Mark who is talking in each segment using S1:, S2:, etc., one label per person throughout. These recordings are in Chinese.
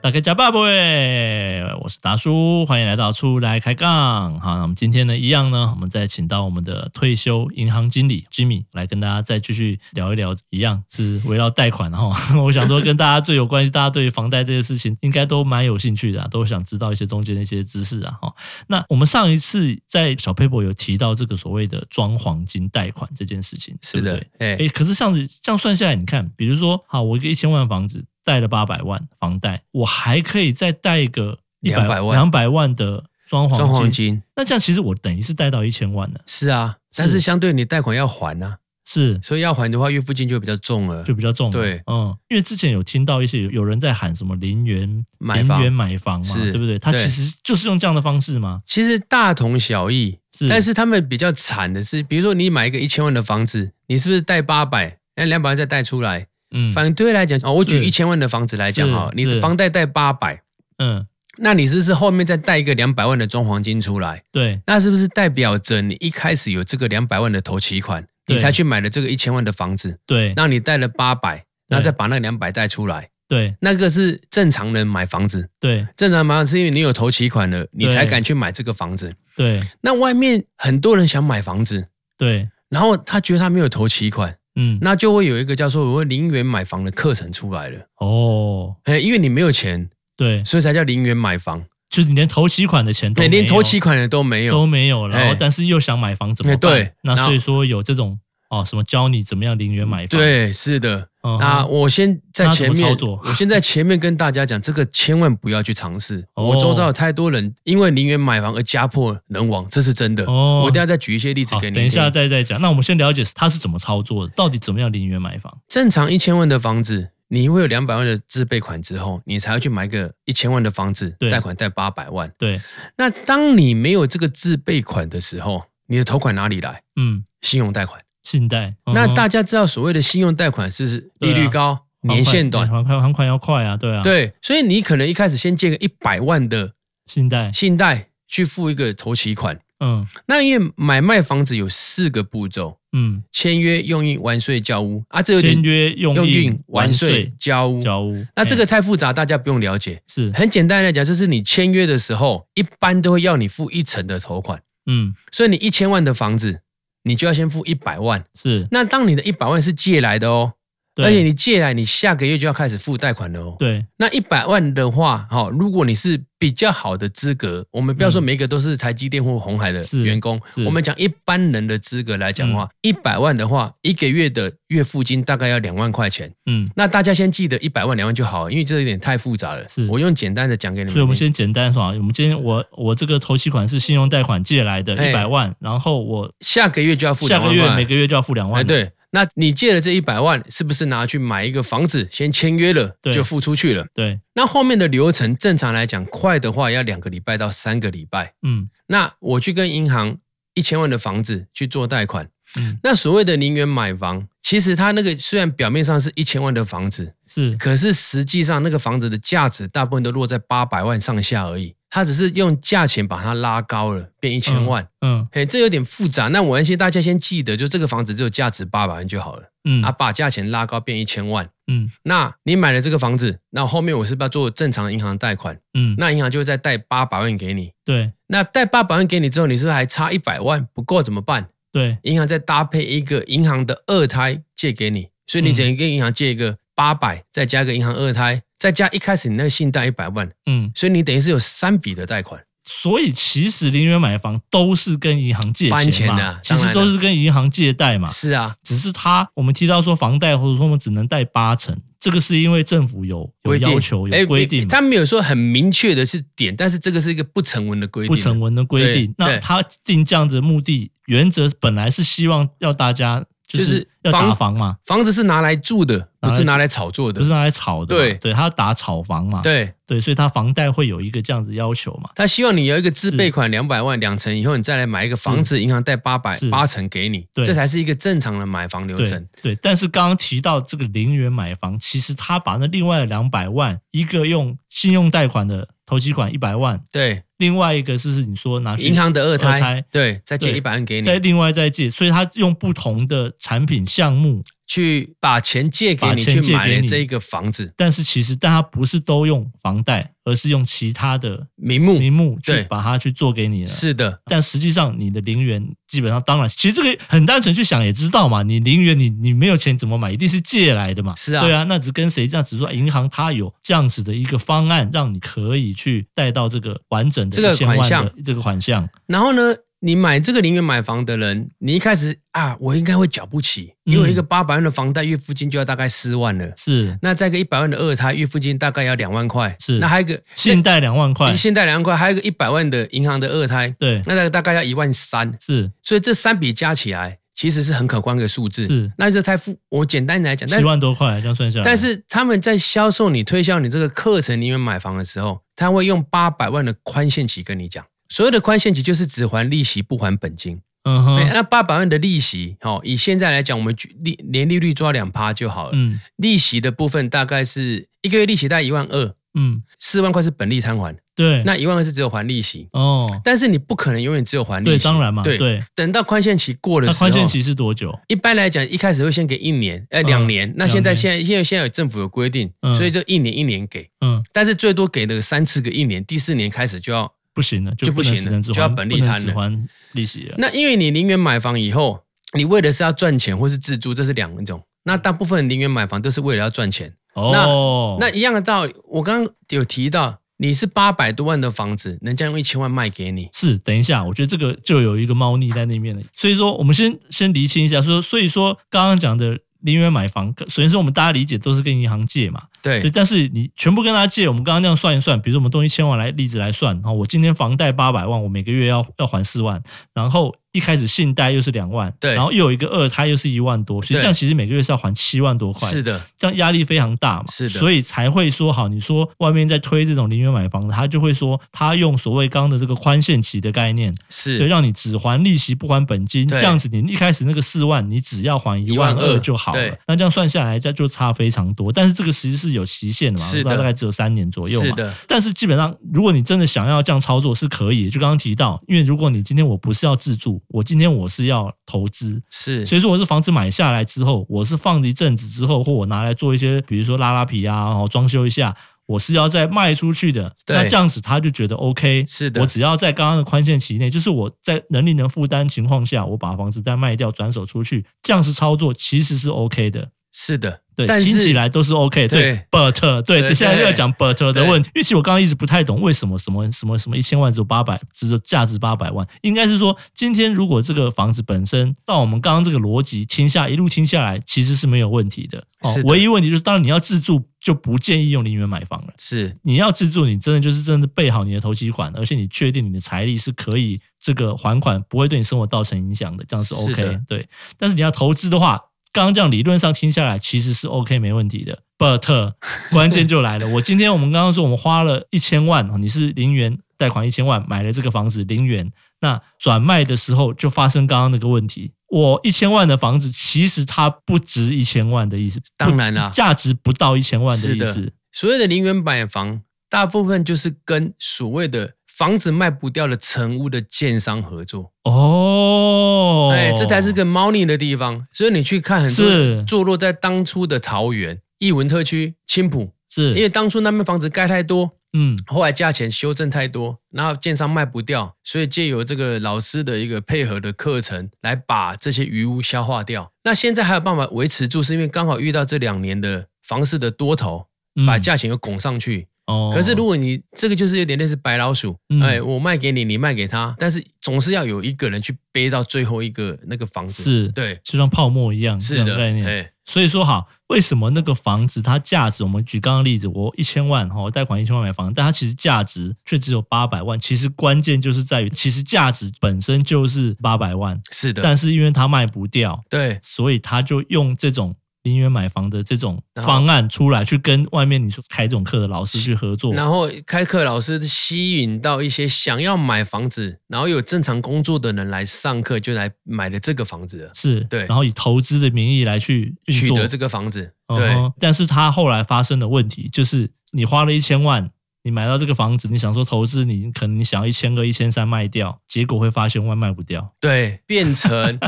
S1: 大家加爸爸，我是达叔，欢迎来到出来开杠。好，那我们今天呢，一样呢，我们再请到我们的退休银行经理 Jimmy 来跟大家再继续聊一聊，一样是围绕贷款。然后 我想说，跟大家最有关系，大家对于房贷这些事情应该都蛮有兴趣的、啊，都想知道一些中间的一些知识啊。哈，那我们上一次在小 paper 有提到这个所谓的装黄金贷款这件事情，
S2: 是的
S1: 对不对，
S2: 哎、
S1: 诶，可是这样子这样算下来，你看，比如说，好，我一个一千万房子贷了八百万房贷，我还可以再贷个一
S2: 200万
S1: 两百万的装潢
S2: 装黄
S1: 金，
S2: 金
S1: 那这样其实我等于是贷到一千万了，
S2: 是啊，
S1: 是
S2: 但是相对你贷款要还啊，
S1: 是
S2: 所以要还的话，月付金就会比较重了
S1: 就。比较重了。
S2: 对
S1: 嗯，因为之前有听到一些有有人在喊什么零元
S2: 买
S1: 零
S2: 房
S1: 元买房嘛，
S2: 是
S1: 对不对？他
S2: 对
S1: 其实就是用这样的方式嘛，
S2: 其实大同小异，
S1: 是，
S2: 但是他们比较惨的是，比如说你买一个一千万的房子，你是不是贷八百，那两百万再贷出来？
S1: 嗯
S2: 反对来讲，哦，我举
S1: 是
S2: 一千万的房子来讲哈，
S1: 是
S2: 你
S1: 是
S2: 的房贷贷八百，
S1: 嗯，
S2: 那你是不是后面再贷一个两百万的装黄金出来？
S1: 对
S2: 那是不是代表着你一开始有这个两百万的头期款，
S1: 对
S2: 你才去买了这个一千万的房子？
S1: 对
S2: 那你贷了八百，然后再把那两百贷出来，
S1: 对
S2: 那个是正常人买房子，
S1: 对
S2: 正常买房是因为你有头期款了，你
S1: 对
S2: 才敢去买这个房子。
S1: 对
S2: 那外面很多人想买房子，
S1: 对，
S2: 然后他觉得他没有头期款，
S1: 嗯，
S2: 那就会有一个叫做“我会零元买房”的课程出来了。
S1: 哦，
S2: 哎，因为你没有钱，
S1: 对，
S2: 所以才叫零元买房，
S1: 就是你连头期款的钱都
S2: 对，
S1: 没
S2: 连头
S1: 有
S2: 期款的都没有。
S1: 都没有，然后
S2: 哎
S1: 但是又想买房怎么
S2: 哎
S1: 办？
S2: 对
S1: 那
S2: 然后
S1: 所以说有这种哦，什么教你怎么样零元买房？，
S2: 对，是的。
S1: 嗯哼、
S2: 那我先在前
S1: 那怎
S2: 面
S1: 么操作，
S2: 我先在前面跟大家讲，这个千万不要去尝试。
S1: 哦
S2: 我周遭有太多人因为零元买房而家破人亡，这是真的。
S1: 哦
S2: 我等一下再举一些例子
S1: 好，
S2: 给你。
S1: 等一下，再再讲。那我们先了解他是怎么操作的，到底怎么样零元买房？
S2: 正常一千万的房子，你会有两百万的自备款之后，你才会去买个一千万的房子，
S1: 对
S2: 贷款贷八百万。
S1: 对，
S2: 那当你没有这个自备款的时候，你的头款哪里来？
S1: 嗯，
S2: 信用贷款。
S1: 信贷。嗯
S2: 那
S1: 哼
S2: 大家知道，所谓的信用贷款是
S1: 对
S2: 利
S1: 啊
S2: 率高、
S1: 还款
S2: 年限短，
S1: 还款还款要快啊，对啊，，
S2: 对，所以你可能一开始先借个一百万的
S1: 信贷，
S2: 信贷去付一个头期款。
S1: 嗯
S2: 那因为买卖房子有四个步骤：
S1: 嗯，
S2: 签约、用印、完税、交屋啊，这有点
S1: 签约、用
S2: 用
S1: 印
S2: 印、、完税、交屋。
S1: 交屋。
S2: 那这
S1: 哎
S2: 个太复杂，大家不用了解。
S1: 是，
S2: 很简单来讲，就是你签约的时候，一般都会要你付一成的头款，
S1: 嗯，
S2: 所以你一千万的房子，你就要先付一百万。
S1: 是，
S2: 那当你的一百万是借来的哦，
S1: 对
S2: 而且你借来，你下个月就要开始付贷款了哦。
S1: 对
S2: 那一百万的话，哈、如果你是比较好的资格，我们不要说每一个都是台积电或红海的
S1: 嗯是
S2: 员工，
S1: 是嗯
S2: 我们讲一般人的资格来讲的话，一百、万的话，一个月的月付金大概要两万块钱。
S1: 嗯，
S2: 那大家先记得一百万、两万就好，因为这有点太复杂了。
S1: 是
S2: 我用简单的讲给你们听。
S1: 所以我们先简单说啊，我们今天我我这个头期款是信用贷款借来的，
S2: 哎
S1: 一百万，然后我
S2: 下个月就要付
S1: 下
S2: 两
S1: 个
S2: 万
S1: 月每
S2: 块。
S1: 个月就要付两万
S2: 哎，
S1: 了，
S2: 对，那你借了这一百万，是不是拿去买一个房子，先签约了
S1: 对
S2: 就付出去了？
S1: 对，
S2: 那后面的流程，正常来讲，快的话要两个礼拜到三个礼拜。
S1: 嗯
S2: 那我去跟银行一千万的房子去做贷款，
S1: 嗯，
S2: 那所谓的零元买房，其实它那个虽然表面上是一千万的房子，
S1: 是
S2: 可是实际上那个房子的价值大部分都落在八百万上下而已，它只是用价钱把它拉高了，变一千万。
S1: 嗯
S2: 嘿，这有点复杂。那我先大家先记得，就这个房子只有价值八百万就好了，
S1: 嗯
S2: 啊，把价钱拉高变一千万。
S1: 嗯
S2: 那你买了这个房子，那后面我是不是要做正常的银行贷款？
S1: 嗯，
S2: 那银行就会再贷八百万给你。
S1: 对
S2: 那贷八百万给你之后，你是不是还差一百万不够怎么办？
S1: 对
S2: 银行再搭配一个银行的二胎借给你，所以你只能跟银行借一个八百，再加一个银行二胎，再加一开始你那个信贷一百万，
S1: 嗯，
S2: 所以你等于是有三笔的贷款。
S1: 所以其实零元买房都是跟银行借
S2: 搬
S1: 钱
S2: 钱
S1: 嘛
S2: 啊，
S1: 其
S2: 当
S1: 实
S2: 然
S1: 都
S2: 了
S1: 是跟银行借贷嘛，
S2: 是啊，
S1: 只是他我们提到说房贷或者说我们只能贷八成，这个是因为政府有有
S2: 规定
S1: 要求
S2: 哎
S1: 有规定嘛。
S2: 他没有说很明确的是点，但是这个是一个不成文的规定。
S1: 不成文的规定
S2: 对，
S1: 那
S2: 对
S1: 他定这样的目的原则本来是希望要大家就
S2: 就是是
S1: 要打
S2: 房
S1: 房嘛，
S2: 房子是拿来住的，
S1: 拿来
S2: 不是拿来炒作
S1: 不是
S2: 的。
S1: 拿来炒的嘛，
S2: 对
S1: 对，他打炒房嘛，
S2: 对
S1: 对，所以他房贷会有一个这样子要求嘛，
S2: 他希望你有一个自备款两百万，两成以后你再来买一个房子，银行贷八百
S1: 是
S2: 八成给你，
S1: 对
S2: 这才是一个正常的买房流
S1: 对
S2: 程。
S1: 对。但是刚刚提到这个零元买房，其实他把那另外的两百万，一个用信用贷款的头期款一百万，
S2: 对，
S1: 另外一个是是你说拿去
S2: 银行的二
S1: 二胎
S2: 胎，对，再借
S1: 对
S2: 一百万给你
S1: 再，另外再借，所以他用不同的产品项目
S2: 去把钱借给
S1: 把
S2: 你
S1: 钱
S2: 去
S1: 借
S2: 买
S1: 给
S2: 了
S1: 你
S2: 这一个房子
S1: 但是其实大家不是都用房贷，而是用其他的
S2: 名目，
S1: 名目去
S2: 对
S1: 把它去做给你了。
S2: 是的，
S1: 但实际上你的零元基本上，当然，其实这个很单纯去想也知道嘛，你零元你你没有钱怎么买？一定是借来的嘛。
S2: 是啊
S1: 对啊，那只跟谁这样，只是说银行它有这样子的一个方案，让你可以去贷到这个完整的
S2: 这个
S1: 1000万
S2: 款项
S1: 的这个款项。
S2: 然后呢，你买这个零元买房的人，你一开始啊，我应该会缴不起，
S1: 嗯
S2: 因为一个八百万的房贷，月付金就要大概四万了。
S1: 是
S2: 那再一个一百万的二胎，月付金大概要两万块。
S1: 是
S2: 那还有一个
S1: 信贷两万块，
S2: 现贷两万块，还有一个一百万的银行的二胎，
S1: 对，
S2: 那大概大概要一万三。
S1: 是
S2: 所以这三笔加起来，其实是很可观的数字。
S1: 是
S2: 那这才付，我简单来讲，但
S1: 七万多块，这样算下来。
S2: 但是他们在销售你、推销你这个课程里面买房的时候，他会用八百万的宽限期跟你讲。所谓的宽限期就是只还利息不还本金。
S1: 嗯
S2: 哎
S1: 哼，
S2: 那八百万的利息，哦，以现在来讲，我们举利年利率抓两趴就好了。
S1: 嗯
S2: 利息的部分大概是一个月利息大概一万二，
S1: 嗯，
S2: 四万块是本利摊还，
S1: 对，
S2: 那一万二是只有还利息。
S1: 哦，
S2: 但是你不可能永远只有还利
S1: 对，
S2: 息，
S1: 当然嘛，
S2: 对，
S1: 对。
S2: 等到宽限期过的
S1: 那
S2: 时候，
S1: 宽限期是多久？
S2: 一般来讲，一开始会先给一年，哎、两年。那现在
S1: 嗯两年
S2: 现在因为现在有政府有规定，
S1: 嗯
S2: 所以就一年一年给，
S1: 嗯，
S2: 但是最多给了三次个一年，第四年开始就要。
S1: 不行了，
S2: 就
S1: 不
S2: 不
S1: 能
S2: 行
S1: 只
S2: 了
S1: 能只
S2: 就要
S1: 还
S2: 本
S1: 不
S2: 利
S1: 能
S2: 摊
S1: 只
S2: 了
S1: 还利息了。
S2: 那因为你零元买房以后，你为的是要赚钱或是自住，这是两种。那大部分零元买房都是为了要赚钱。
S1: 哦，
S2: 那一样的道理，我刚刚有提到，你是八百多万的房子，人家用一千万卖给你，
S1: 是，等一下，我觉得这个就有一个猫腻在那边了。所以说，我们先先厘清一下，说，所以说刚刚讲的零元买房，首先说我们大家理解都是跟银行借嘛，对，
S2: 对，
S1: 但是你全部跟他借，我们刚刚那样算一算，比如说我们东西千万来例子来算，然后我今天房贷八百万，我每个月要要还四万，然后一开始信贷又是两万，
S2: 对
S1: 然后又有一个二胎又是一万多，所以
S2: 对
S1: 这样其实每个月是要还七万多块，
S2: 是的，
S1: 这样压力非常大嘛，
S2: 是的
S1: 所以才会说好，你说外面在推这种零元买房的，他就会说他用所谓刚刚的这个宽限期的概念，对，
S2: 是
S1: 让你只还利息不还本金，
S2: 对
S1: 这样子你一开始那个四万，你只要还一万二
S2: 12,000
S1: 就好了
S2: 对。
S1: 那这样算下来，这就差非常多。但是这个其实是有期限的嘛，
S2: 是的
S1: 大概只有三年左右嘛。
S2: 是的，
S1: 但是基本上，如果你真的想要这样操作是可以的，就刚刚提到，因为如果你今天我不是要自住，我今天我是要投资，
S2: 是
S1: 所以说我是房子买下来之后，我是放一阵子之后，或我拿来做一些，比如说拉拉皮啊，然后装修一下，我是要再卖出去的。
S2: 对
S1: 那这样子他就觉得 OK，
S2: 是的
S1: 我只要在刚刚的宽限期内，就是我在能力能负担情况下，我把房子再卖掉，转手出去，这样子操作其实是 OK 的。
S2: 是的，
S1: 对，
S2: 但
S1: 听
S2: 是
S1: 起来都是 OK 对。
S2: 对
S1: b u t 对，
S2: 对
S1: 现在又要
S2: 对
S1: 讲 but 的
S2: 对
S1: 问题，因为其实我刚刚一直不太懂为什么什么什么什么一千万只有八百，只有价值八百万，应该是说今天如果这个房子本身到我们刚刚这个逻辑听下一路听下来，其实是没有问题的。哦
S2: 是，的
S1: 唯一问题就是当然你要自住就不建议用零元买房了。
S2: 是
S1: 你要自住，你真的就是真的备好你的头期款，而且你确定你的财力是可以这个还款不会对你生活造成影响的，这样是
S2: 是
S1: OK
S2: 的
S1: 对。但是你要投资的话，刚刚这样理论上听下来其实是 OK 没问题的。But 关键就来了，我今天我们刚刚说我们花了一千万，哦你是零元贷款一千万买了这个房子零元，那转卖的时候就发生刚刚那个问题。我一千万的房子，其实它不值一千万的意思，
S2: 当然啦
S1: 价值不到一千万的
S2: 是
S1: 意
S2: 的
S1: 思。
S2: 所谓的零元买房，大部分就是跟所谓的房子卖不掉的成屋的建商合作，
S1: 哦，
S2: 哎、这才是个猫腻的地方。所以你去看很多
S1: 是
S2: 坐落在当初的桃园、艺文特区、青浦，
S1: 是，
S2: 因为当初那边房子盖太多，
S1: 嗯
S2: 后来价钱修正太多，然后建商卖不掉，所以借由这个老师的一个配合的课程来把这些余屋消化掉。那现在还有办法维持住，是因为刚好遇到这两年的房市的多头，
S1: 嗯
S2: 把价钱又拱上去。
S1: 哦，
S2: 可是如果你这个就是有点类似白老鼠，
S1: 嗯
S2: 哎，我卖给你，你卖给他，但是总是要有一个人去背到最后一个那个房子。
S1: 是
S2: 对，
S1: 就像泡沫一样，
S2: 是
S1: 这
S2: 的，
S1: 种概念。
S2: 哎，
S1: 所以说好，为什么那个房子它价值？我们举刚刚例子，我一千万哈，我贷款一千万买房，但它其实价值却只有八百万。其实关键就是在于，其实价值本身就是八百万，
S2: 是的，
S1: 但是因为它卖不掉，
S2: 对，
S1: 所以他就用这种。零元买房的这种
S2: 然后
S1: 方案出来，去跟外面你说开这种课的老师去合作，
S2: 然后开课老师吸引到一些想要买房子，然后有正常工作的人来上课，就来买了这个房子了，
S1: 是
S2: 对
S1: 然后以投资的名义来去运
S2: 取
S1: 作
S2: 得这个房子。
S1: 嗯
S2: 对，
S1: 哼但是他后来发生的问题就是，你花了一千万，你买到这个房子，你想说投资，你可能你想要一千个、一千三卖掉，结果会发现万卖不掉。
S2: 对，变成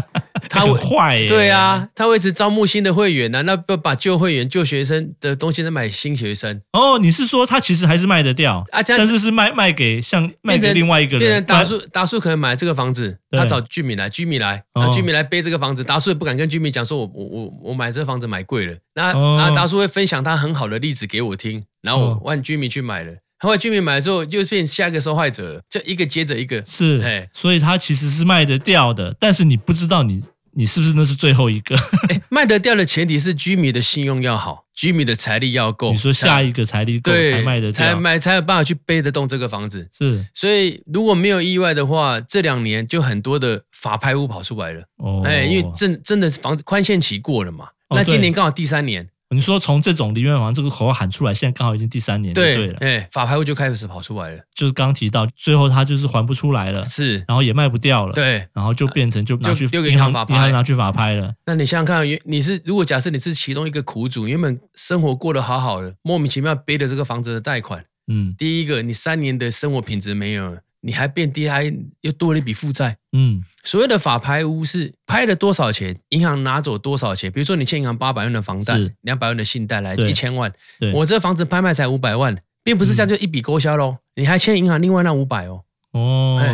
S2: 他
S1: 很
S2: 会
S1: 坏耶，
S2: 对啊，他会一直招募新的会员呐、啊，那不把旧会员、旧学生的东西再买新学生
S1: 哦，你是说他其实还是卖得掉，
S2: 啊，这
S1: 但
S2: 样
S1: 是是卖卖给像卖给
S2: 成
S1: 另外一个
S2: 变
S1: 人，
S2: 成达叔达叔可能买这个房子，
S1: 对
S2: 他找居民来，居民来，
S1: 哦
S2: 然后居民来背这个房子，达叔也不敢跟居民讲说我我我我买这房子买贵了，那
S1: 哦
S2: 啊达叔会分享他很好的例子给我听，然后
S1: 哦
S2: 我按居民去买了，后来居民买了之后就变下一个受害者了，就一个接着一个，
S1: 是
S2: 哎，
S1: 所以它其实是卖得掉的，但是你不知道你你是不是那是最后一个。
S2: 哎，卖得掉的前提是居民的信用要好，居民的财力要 够，
S1: 你说下
S2: 才
S1: 一个财力够
S2: 对
S1: 才卖得
S2: 才
S1: 掉，
S2: 买才有办法去背得动这个房子。
S1: 是
S2: 所以如果没有意外的话，这两年就很多的法拍屋跑出来了。
S1: 哦，
S2: 哎，因为真真的是房宽限期过了嘛，
S1: 哦
S2: 那今
S1: 对
S2: 年刚好第三年，
S1: 哦你说从这种林愿房这个口号喊出来，现在刚好已经第三年了，对了，
S2: 哎，法拍屋就开始跑出来了，
S1: 就是刚提到最后他就是还不出来了，
S2: 是，
S1: 然后也卖不掉了，，
S2: 对。啊
S1: 然后就变成就拿去
S2: 就丢给
S1: 银行
S2: 银行法拍
S1: 银行拿去法拍了，
S2: 那你想想看，原你是如果假设你是其中一个苦主，原本生活过得好好的，莫名其妙背着这个房子的贷款，
S1: 嗯
S2: 第一个你三年的生活品质没有了，你还变低，还又多了一笔负债。
S1: 嗯，
S2: 所谓的法拍屋是拍了多少钱，银行拿走多少钱。比如说你欠银行八百万的房贷
S1: 是，
S2: 两百万的信贷来
S1: 对
S2: 一千万
S1: 对，
S2: 我这房子拍卖才五百万，并不是这样就一笔勾销喽，你还欠银行另外那五百哦。哎
S1: 嗯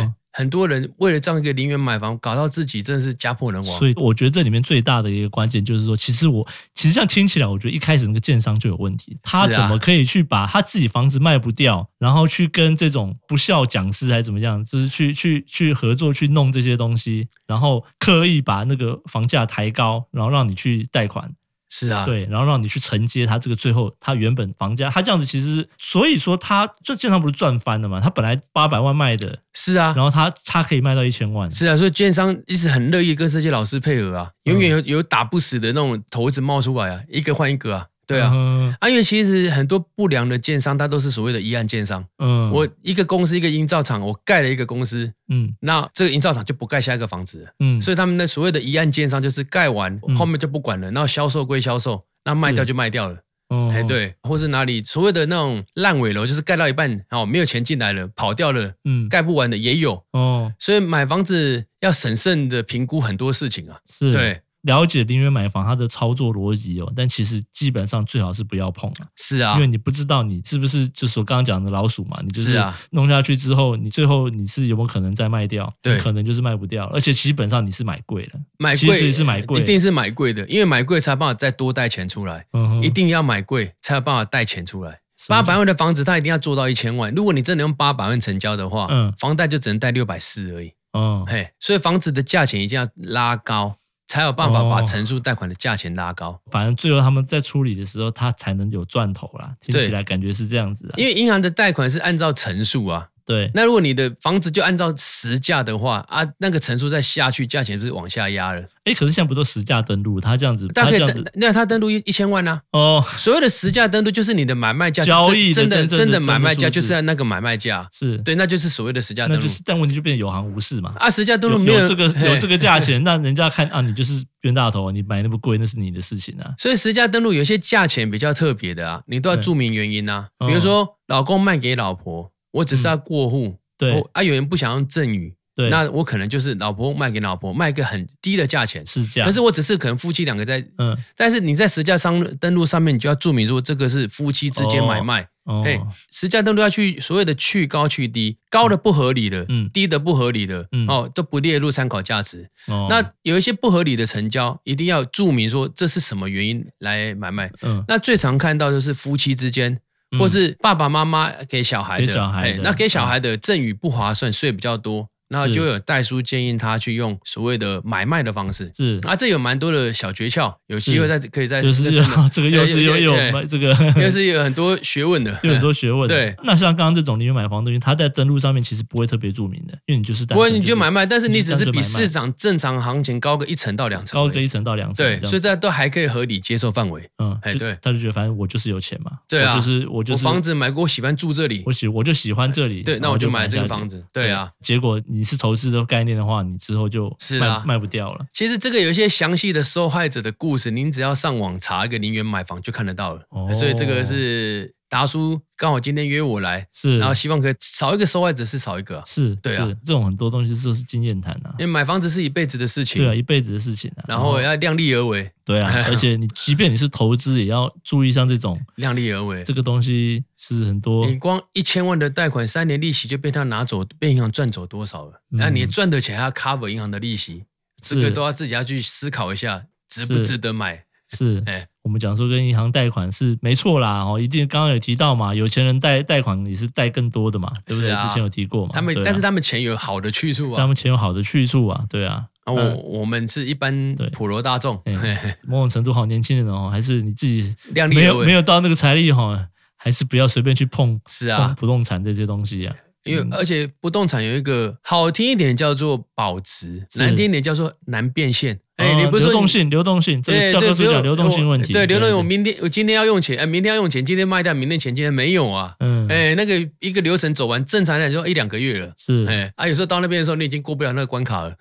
S1: 哦，，
S2: 很多人为了这样一个零元买房，搞到自己真的是家破人亡。
S1: 所以我觉得这里面最大的一个关键就是说，其实我其实这样听起来，我觉得一开始那个建商就有问题，他
S2: 是啊
S1: 怎么可以去把他自己房子卖不掉，然后去跟这种不孝讲师还是怎么样，就是去去去合作去弄这些东西，然后刻意把那个房价抬高，然后让你去贷款，
S2: 是啊，
S1: 对，然后让你去承接他这个最后他原本房价，他这样子其实所以说他这建商不是赚翻了嘛，他本来八百万卖的，
S2: 是啊
S1: 然，后他他可以卖到一千万，
S2: 是啊，所以建商一直很乐意跟这些老师配合啊，
S1: 嗯
S2: 永远有有打不死的那种头子冒出来啊，一个换一个啊，对啊。
S1: 嗯
S2: 啊，因为其实很多不良的建商，它都是所谓的一案建商。
S1: 嗯，
S2: 我一个公司一个营造厂，我盖了一个公司，
S1: 嗯
S2: 那这个营造厂就不盖下一个房子了，
S1: 嗯，
S2: 所以他们的所谓的一案建商就是盖完
S1: 嗯
S2: 后面就不管了，然后销售归销售，那卖掉就卖掉了，
S1: 哦
S2: 哎对，或是哪里所谓的那种烂尾楼，就是盖到一半哦没有钱进来了，跑掉了，
S1: 嗯，
S2: 盖不完的也有，
S1: 哦，
S2: 所以买房子要审慎的评估很多事情啊，
S1: 是，
S2: 对，
S1: 了解零元买房它的操作逻辑哦，但其实基本上最好是不要碰啊，
S2: 是啊
S1: 因为，你不知道你是不是就是我刚刚讲的老鼠嘛，你就是
S2: 啊
S1: 弄下去之后，你最后你是有没有可能再卖掉？
S2: 对
S1: 你可能就是卖不掉，而且基本上你是买贵了，
S2: 买
S1: 其
S2: 贵
S1: 实是买贵
S2: 一定是买贵的，因为买贵才有办法再多贷钱出来，
S1: 嗯哼，
S2: 一定要买贵才有办法贷钱出来。
S1: 什么
S2: 八百万的房子，它一定要做到一千万。如果你真的用八百万成交的话，
S1: 嗯
S2: 房贷就只能贷六百四而已。
S1: 嗯
S2: 嘿，所以房子的价钱一定要拉高，才有办法把
S1: 哦
S2: 成数贷款的价钱拉高。
S1: 反正最后他们在处理的时候，他才能有赚头啦。听
S2: 对
S1: 起来感觉是这样子啊，
S2: 因为银行的贷款是按照成数啊，
S1: 对，
S2: 那如果你的房子就按照实价的话啊，那个成数再下去，价钱就是往下压了。
S1: 哎，可是现在不都实价登录，他这样子，
S2: 但
S1: 他
S2: 可
S1: 这
S2: 以
S1: 样
S2: 登
S1: 子，
S2: 那它登录一一千万啊。
S1: 哦，
S2: 所谓的实价登录就是你的买卖价是
S1: 交
S2: 真
S1: 易的真正
S2: 真
S1: 的
S2: 真的
S1: 真的
S2: 买卖价
S1: 数字
S2: 就是那个买卖价，
S1: 是，
S2: 对，那就是所谓的实价
S1: 那
S2: 登录
S1: 就。是，但问题就变成有行无市嘛，
S2: 啊，实价登录没
S1: 有有这个有
S2: 嘿
S1: 这个价钱，那人家看啊，你就是冤大头，啊你买那么贵，那是你的事情啊。
S2: 所以实价登录有些价钱比较特别的啊，你都要
S1: 对
S2: 注明原因啊。
S1: 嗯
S2: 比如说，老公卖给老婆，我只是要过户，
S1: 对
S2: 我啊，有人不想用赠与，
S1: 对，
S2: 那我可能就是老婆卖给老婆，卖一个很低的价钱。
S1: 是这样。
S2: 可是我只是可能夫妻两个在，
S1: 嗯
S2: 但是你在实价商登录上面，你就要注明说这个是夫妻之间买卖。
S1: 哦
S2: 哎、实价登录要去所谓的去高去低，高的不合理的，
S1: 嗯
S2: 低的不合理的，
S1: 嗯
S2: 哦，都不列入参考价值。
S1: 哦
S2: 那有一些不合理的成交，一定要注明说这是什么原因来买卖。
S1: 嗯
S2: 那最常看到就是夫妻之间，
S1: 嗯
S2: 或是爸爸妈妈给小孩的，哎
S1: 给小孩的
S2: 那给小孩的赠与不划算，税比较多，那就有代书建议他去用所谓的买卖的方式。
S1: 是
S2: 啊，这有蛮多的小诀窍，有机会再可以再
S1: 就是
S2: 再深 入
S1: 这个又是又
S2: 对
S1: 又
S2: 对
S1: 有
S2: 对
S1: 这个
S2: 因为 是有很多学问的，
S1: 有很多学问的。
S2: 对
S1: 那像刚刚这种你买房的东西，他在登录上面其实不会特别注明的，因为你就是单
S2: 不过
S1: 纯
S2: 你就买卖，但是你只是
S1: 你
S2: 比
S1: 是单纯买卖
S2: 市场正常行情高个一层到两层而
S1: 高
S2: 已，
S1: 个一层到两层这
S2: 对
S1: 样，子，
S2: 所以这都还可以合理接受范围。
S1: 嗯，
S2: 哎
S1: 就
S2: 对
S1: 他就觉得反正我就是有钱嘛，
S2: 对啊
S1: 我就是我就是
S2: 我房子买过，我喜欢住这里
S1: 我，喜我就喜欢这里，
S2: 对，
S1: 然
S2: 那
S1: 后
S2: 我就
S1: 买
S2: 买这
S1: 下
S2: 个
S1: 去
S2: 房。子，对啊。，
S1: 结果你是投资的概念的话，你之后就是卖
S2: 啊
S1: 卖不掉了。
S2: 其实这个有一些详细的受害者的故事，您只要上网查一个零元买房就看得到了。
S1: 哦
S2: 所以这个是达叔刚好今天约我来，
S1: 是，
S2: 然后希望可以少一个受害者是少一个啊、
S1: 是，
S2: 对啊
S1: 是这种很多东西都是经验谈啊
S2: 因，为买房子是一辈子的事情，
S1: 对啊，一辈子的事情啊。
S2: 然后要量力而为，
S1: 对啊，而且你即便你是投资，也要注意像这种
S2: 量力而为
S1: 这。个东西是很多
S2: 你光一千万的贷款，三年利息就被他拿走，被银行赚走多少了？
S1: 嗯
S2: 那、你赚的钱还要 cover 银行的利息，这
S1: 是
S2: 个都要自己要去思考一下，值不
S1: 是哦
S2: 值得买？
S1: 是
S2: 哎，
S1: 我们讲说跟银行贷款是没错啦，哦，一定刚刚有提到嘛，有钱人贷贷款也是贷更多的嘛，对不对？
S2: 是啊
S1: 之前有提过嘛，
S2: 他们、
S1: 对啊
S2: 但是他们钱有好的去处
S1: 他
S2: 啊，
S1: 们钱有好的去处啊，对啊，
S2: 啊我、我们是一般
S1: 对
S2: 普罗大众，
S1: 哎
S2: 嘿嘿
S1: 某种程度好年轻人哦，还是你自己
S2: 量力
S1: 没
S2: 而
S1: 有没
S2: 为。
S1: 有到那个财力哈、哦还是不要随便去碰
S2: 是
S1: 碰
S2: 啊，
S1: 不动产这些东西啊。
S2: 因为而且不动产有一个好听一点叫做保值，
S1: 是
S2: 难听一点叫做难变现。哎、
S1: 呃
S2: 你不是
S1: 流
S2: 说
S1: 动
S2: 你
S1: 性，流动性，这个
S2: 对
S1: 教科
S2: 对，比
S1: 书
S2: 如
S1: 讲流动性问题。
S2: 对流动性，我明天我今天要用钱，哎，明天要用钱，今天卖掉，明天钱今天没有啊。
S1: 嗯，
S2: 哎，那个一个流程走完，正常来讲就一两个月了。
S1: 是，
S2: 哎，啊， 有时候到那边的时候，你已经过不了那个关卡了。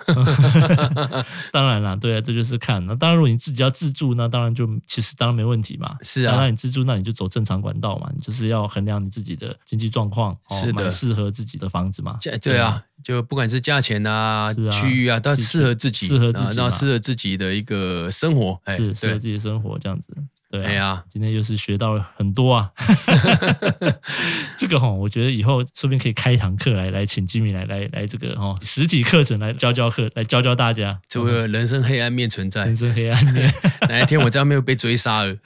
S1: 当然啦，对啊，这就是看。那当然，如果你自己要自住，那当然就其实当然没问题嘛。
S2: 是
S1: 那
S2: 啊
S1: 当，然你自住，那你就走正常管道嘛，你就是要衡量你自己的经济状况，哦
S2: 是的
S1: 买适合自己的房子嘛。
S2: 价对啊，就不管是价钱啊、
S1: 是啊
S2: 区域啊，都要适合自己，
S1: 适合自己
S2: 啊然
S1: 嘛
S2: 后适合自己的一个生活。哎，
S1: 是适合
S2: 对，
S1: 自己的生活这样子。对、啊，
S2: 哎呀，
S1: 今天又是学到了很多啊。 这个哈、我觉得以后说不定可以开一堂课来来请吉米来来来这个哈、实体课程来教教课来教教大家
S2: 这个人生黑暗面存在
S1: 人。生黑暗面，
S2: 哪一天我在没有被追杀了，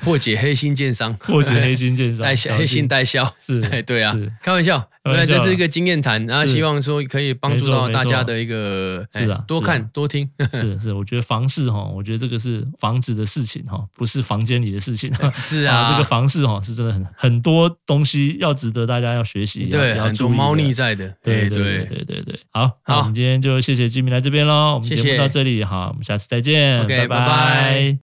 S2: 破解黑心奸商，
S1: 破解 黑心奸商，
S2: 代
S1: 小
S2: 黑哎心代销。
S1: 是，
S2: 哎，对啊
S1: 是，
S2: 开玩笑，
S1: 开
S2: 对
S1: 玩
S2: 啊，
S1: 笑
S2: 这是一个经验谈，然后
S1: 是
S2: 希望说可以帮助到
S1: 没错
S2: 大家的一个，
S1: 没错是啊
S2: 哎多
S1: 是啊
S2: 看 多听，
S1: 是是，我觉得房市哈，我觉得这个是房子的事情哈，不是房间里的事情。
S2: 是
S1: 这
S2: 啊
S1: 个，房市哈是真的很很多东西要值得大家要学习，要
S2: 对，
S1: 要
S2: 很
S1: 注
S2: 多
S1: 意的
S2: 猫腻在的，
S1: 对对
S2: 哎对
S1: 对对对，好，那
S2: 好
S1: 我们今天就谢谢居民来这边喽，我们
S2: 谢
S1: 节目
S2: 谢
S1: 到这里，好，我们下次再见
S2: OK，
S1: 拜
S2: 拜拜